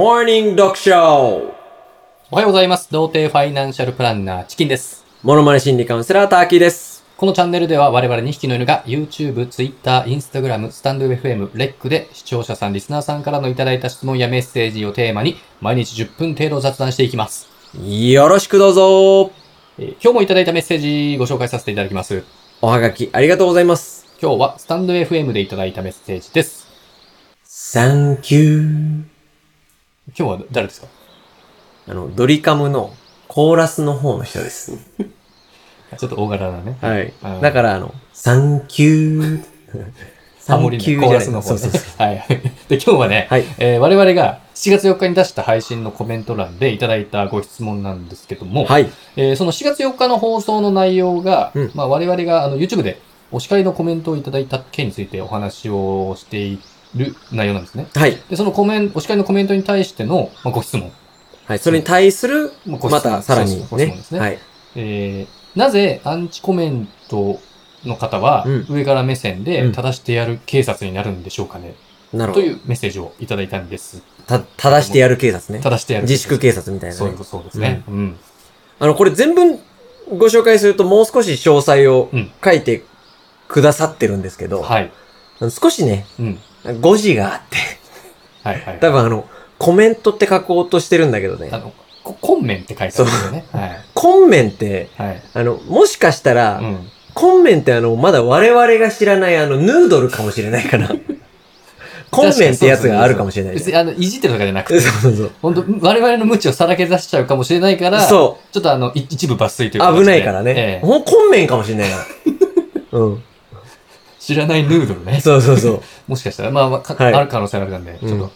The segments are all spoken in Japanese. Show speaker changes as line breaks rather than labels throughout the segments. Morning Dog Show!
おはようございます。童貞ファイナンシャルプランナーチキンです。
モノマネ心理カウンセラーターキーです。
このチャンネルでは我々2匹の犬が YouTube、Twitter、Instagram、スタンド FM、レックで視聴者さん、リスナーさんからのいただいた質問やメッセージをテーマに毎日10分程度雑談していきます。
よろしくどうぞ
えー今日もいただいたメッセージご紹介させていただきます。
おはがきありがとうございます。
今日はスタンド FM でいただいたメッセージです。
Thank you.
今日は誰ですか
あの、ドリカムのコーラスの方の人です。
ちょっと大柄なね。
はい
あー
だから、あの、Thank you.
ハモリのコーラスの方
そうそ
ね
うそう。。
はい。で、今日はね、
はい。
えー我々が7月4日に出した配信のコメント欄でいただいたご質問なんですけども、
はい。
えーその4月4日の放送の内容が、
うん
まあ、我々があの YouTube でお叱りのコメントをいただいた件についてお話をしている内容なんですね。
はい。
で、そのコメンお叱りのコメントに対しての、まあ、ご質問。
はい。それに対する、
まあご質問
またさらに
そうそうご質問
ね
で。すね
はい。
えーなぜアンチコメントの方は
うん
上から目線
う
で
ん
正してやる警察になるんでしょうかね、
なるほ
と
ど
い。うメッセージをいただいたんです。
た、正してやる警察ね。
正してやる
自粛警察みたいな
そうい
ね
うこ。とそうですね。うん。
あの、これ全文ご紹介するともう少し詳細を
うん
書いてくださってるんですけど、
はい。
少しね、
うん。
誤字があって、
はいはい。
多分あの、コメントって書こうとしてるんだけどね
あ、の、こ昆面って書いてあるんですよね。はい。
コンメンって、
はい。
あの、もしかしたら、
うん。
コンメンってあの、まだ我々が知らないあの、ヌードルかもしれない から、コンメンってやつがあるかもしれない
別
じ
に、あの、いじってるとかじゃな
ゃん。
く て、
そうそう
本当我々の無知をさらけ出しちゃうかもしれないから、う。
そう。
ちょっとあの、い一部抜粋という
そう、
形で
危ないからね。
ええ
ほんコンメンかもしれ ないから。うん。
知らないヌードルね。
そうそうそう。
もしかしたら、まあまあ、か
はい
ある可能性あるんで、ちょっと。
うん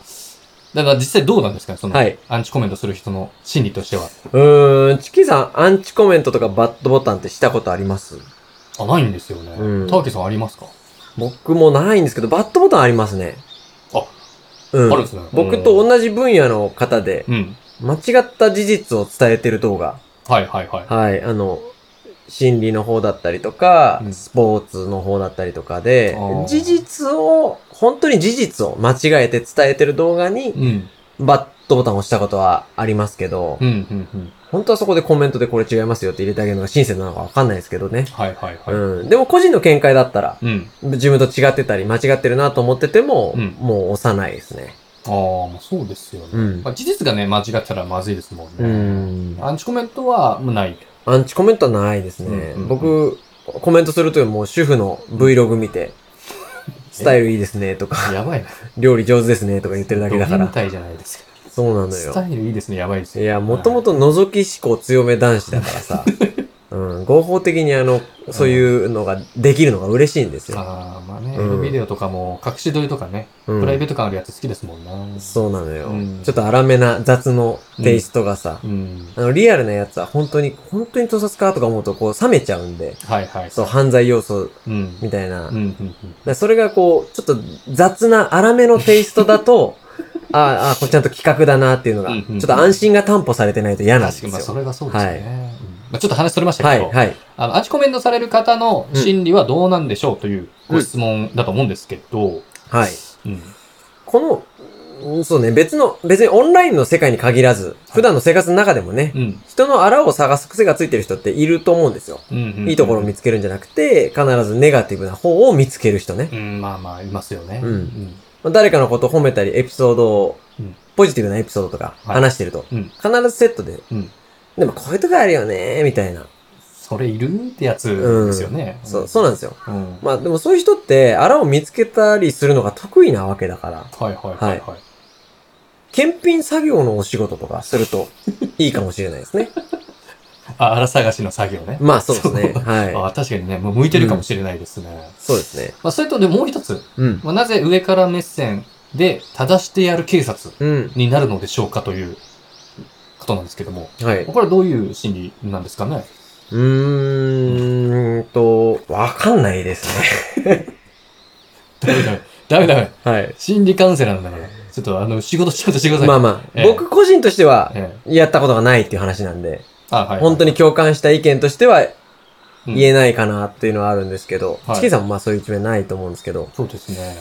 だから実際どうなんですかねその、
はい
アンチコメントする人の心理としては。
うーん、チキさん、アンチコメントとかバッドボタンってしたことあります
あ、ないんですよね。
うん
ターキーさんありますか、
僕もないんですけど、バッドボタンありますね。
あ、
うん。
あるんですね。
僕と同じ分野の方で、
うん。うん。
間違った事実を伝えてる動画。
はいはいはい。
はい、あの、心理の方だったりとか、
うん
スポーツの方だったりとかで
あ、ー
事実を、本当に事実を間違えて伝えてる動画に、
うん。
バッドボタンを押したことはありますけど、
うん、うん、うん。
本当はそこでコメントでこれ違いますよって入れてあげるのが親切なのかわかんないですけどね。
はいはいはい。
うん。でも個人の見解だったら、
うん。
自分と違ってたり、間違ってるなと思ってても、
うん
もう押さないですね。
ああ、まあそうですよね。
うん
まあ、事実がね、間違ってたらまずいですもんね。
うん。
アンチコメントはもうない。
アンチコメントはないですね。
うんうんうん
僕、コメントするというよりも主婦の Vlog 見 て、スタイルいいですねとか、
や ばいな。
料理上手ですねとか言ってるだけだか
ド
ら
変。態じゃないですか。
そうなの
ス
よ。
タイルいいですね、やばいです
い
よ。
や、もともと覗き思考強め男子だからさ、うん、合法的にあの、そういうのができるのが嬉しいんですよ。
ああ、まあね、エ
うん
ロビデオとかも、隠し撮りとかね、
うん
プライベート感あるやつ好きですもんな。
そうなのよ、
うん
ちょっと荒めな雑のテイストがさ、
うん。
あの、リアルなやつは本当に、本当に盗撮かとか思うと、こう、冷めちゃうんで、
はいはい。
そう、犯罪要素
うん。うん。
みたいな。
うん。うん。
だからそれがこう、ちょっと雑な荒めのテイストだ と、ああ、あこれちゃんと企画だなっていうのが、
う
ち
んう
ょ
ん
っと安心が担保されてないと嫌なんで
確
す
かに、
よ。
まあそ
は
れがそうですよね。うんまあちょっと話それましたけ
い、
ど、
はい。
あの、アンチコメントされる方の心理はどうなんでしょうというご質問だと思うんですけど、
はい。
うん。
この、うんそうね、別の、別にオンラインの世界に限らず、普段の生活の中でもね、
うん。
人のあらを探す癖がついてる人っていると思うんですよ。
うん。
いいところを見つけるんじゃなくて、必ずネガティブな方を見つける人ね。
うん、まあまあ、いますよね。
うんまあ誰かのことを褒めたり、エピソードを
うん、
ポジティブなエピソードとか
はい
話してると、
うん
必ずセットで、
うん
でもこういうとこあるよね、みたいな。
それいるってやつですよね。
そう、そうなんですよ。
うん。うん。
まあでもそういう人って、あらを見つけたりするのが得意なわけだから、
はいはいはいはい。
検品作業のお仕事とかする といいかもしれないですね。
あ、荒探しの作業ね。
まあそうですね。
そう
はい。
あ確かにね、もう向いてるかもしれないですね。
そうですね。
まあ、それとでもう一つ、
うん。
まあ、なぜ上から目線で正してやる警察
うん。
になるのでしょうかということなんですけども、
はい。う
これはどういう心理なんですかね
ーんと、わかんないですね。
ダメダメ。ダメダメ。
はい。
心理カウンセラーなんだから。ちょっとあの、仕事ちゃんとしてくださ い。
まあまあ、
ええ
僕個人としては、
ええ
やったことがないっていう話なんで、
あ、はいはい。
本当に共感した意見としては
うん
言えないかなっていうのはあるんですけど、
はい
チキンさんもまあそういう一面ないと思うんですけど、
そうですね。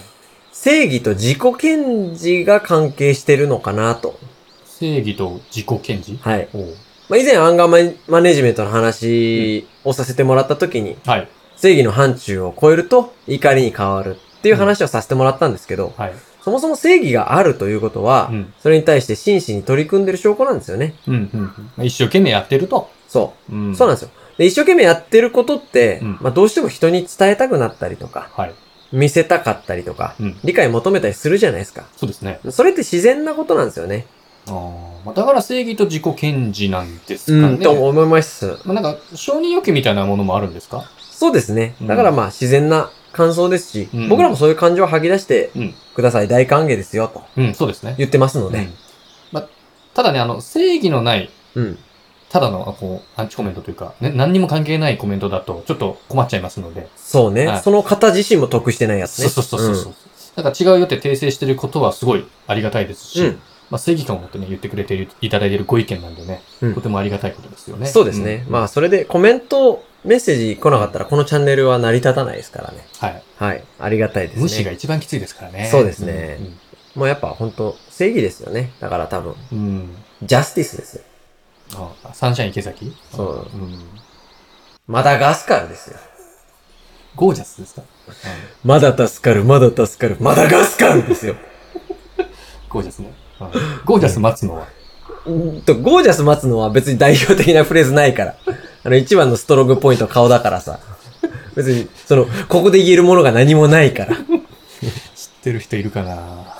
正義と自己検事が関係してるのかなと。
正義と自己検事
はい。
おう
まあ、以前アンガーマネマネジメントの話をさせてもらった時に、
はい。
正義の範疇を超えると怒りに変わるっていう話をさせてもらったんですけど、
はい。
そもそも正義があるということは、
うん。
それに対して真摯に取り組んでる証拠なんですよね。
うん。うんうん。まあ一生懸命やってると。
そうう。
ん。
そうなん
ん
ですよ。で、一生懸命やってることって、
うん
まあどうしても人に伝えたくなったりとか、
はい。
見せたかったりとか、
うん。
理解求めたりするじゃないですか。
そうですね。
それって自然なことなんですよね。
あーまあ。だから正義と自己検事なんですか
うん、
ね。
と思います。
まあ、なんか、承認欲求みたいなものもあるんですか
そうですね
う。ん
だからまあ自然な感想ですし、
うん
僕らもそういう感情を吐き出して
うん
ください。大歓迎ですよ、と
うん、そうですね。
言ってますの
うん
で。
まあ、ただね、あの、正義のない、
うん。
ただの、こう、アンチコメントというか、ね、何にも関係ないコメントだと、ちょっと困っちゃいますので。
そう
は
ね
い。
その方自身も得してないやつ
そ
ね。
うそうそうそうそう。なんか違うよって訂正してることはすごいありがたいですし、
うん
まあ、正義感を持ってね、言ってくれているいただいているご意見なんでね、
うん
とてもありがたいことですよね。
そうですね。ま
あ。
あ、それでコメント、メッセージ来なかったら、このチャンネルは成り立たないですからね。
はい。
はい。ありがたいですね。
無視が一番きついですからね。
そうですね
うん。
もうやっぱ本当正義ですよね。だから多分、
うん。うん
ジャスティスですよ。
あサンシャイン池崎
そう
うん。
まだガスカルですよ。
ゴージャスですか、
まだ助かる、まだ助かる、まだガスカルですよ。
ゴージャスね。うんゴージャス待つのは。
うんと、ゴージャス待つのは別に代表的なフレーズないから。あの、一番のストロングポイント顔だからさ。別に、その、ここで言えるものが何もないから。
知ってる人いるかな